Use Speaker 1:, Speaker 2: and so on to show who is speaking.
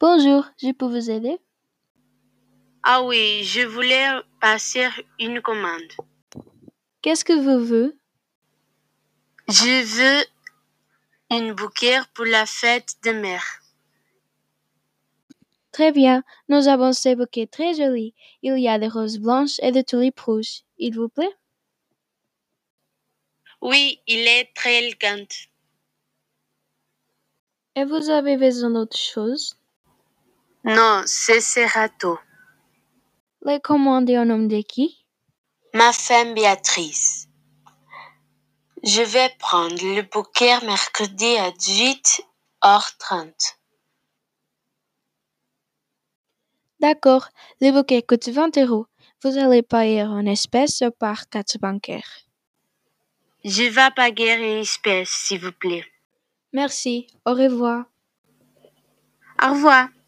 Speaker 1: Bonjour, je peux vous aider?
Speaker 2: Ah oui, je voulais passer une commande.
Speaker 1: Qu'est-ce que vous voulez?
Speaker 2: Je veux une bouquet pour la fête de mère.
Speaker 1: Très bien, nous avons ces bouquets très jolis. Il y a des roses blanches et des tulipes rouges. Il vous plaît?
Speaker 2: Oui, il est très élégant.
Speaker 1: Et vous avez besoin d'autre chose?
Speaker 2: Non, ce sera tout.
Speaker 1: Les commander au nom de qui?
Speaker 2: Ma femme Béatrice. Je vais prendre le bouquet mercredi à 18h30.
Speaker 1: D'accord, le bouquet coûte 20 euros. Vous allez payer en espèces ou par carte bancaire.
Speaker 2: Je vais payer une espèce, s'il vous plaît.
Speaker 1: Merci, au revoir.
Speaker 2: Au revoir.